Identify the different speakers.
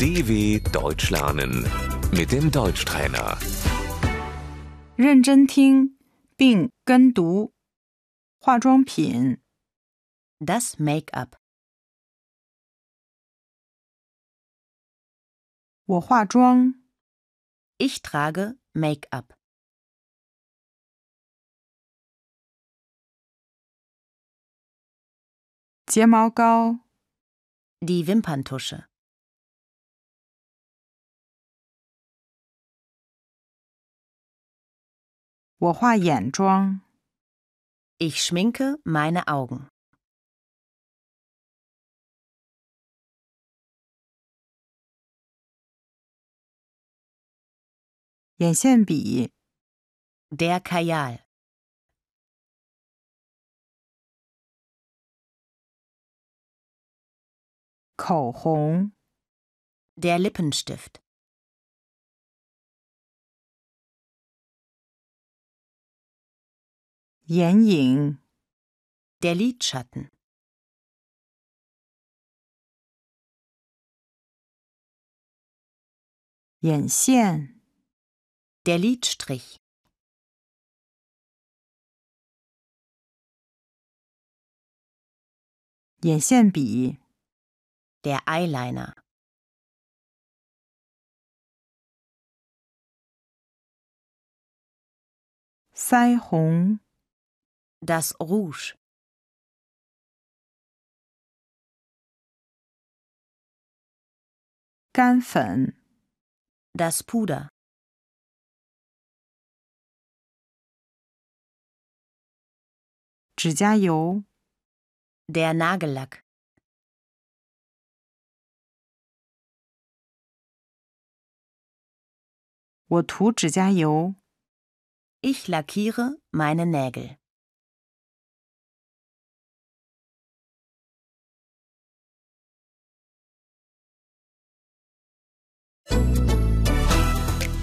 Speaker 1: DW Deutsch lernen mit dem Deutschtrainer.
Speaker 2: 认真听并跟读。化妆品、
Speaker 3: Das Make-up.
Speaker 2: 我化妆、
Speaker 3: Ich trage Make-up.
Speaker 2: 睫毛膏、
Speaker 3: Die Wimperntusche.
Speaker 2: 我化眼妆、
Speaker 3: Ich schminke meine Augen.
Speaker 2: 眼线笔、
Speaker 3: Der Kajal.
Speaker 2: 口红、
Speaker 3: Der Lippenstift.
Speaker 2: 眼影、
Speaker 3: Der Lidschatten.
Speaker 2: 眼线、
Speaker 3: Der Lidstrich.
Speaker 2: 眼线笔、
Speaker 3: Der Eyeliner.
Speaker 2: 腮红、
Speaker 3: Das Rouge.
Speaker 2: 干粉、
Speaker 3: Das Puder.
Speaker 2: 指甲油、
Speaker 3: Der Nagellack.
Speaker 2: 我涂指甲油、
Speaker 3: Ich lackiere meine Nägel.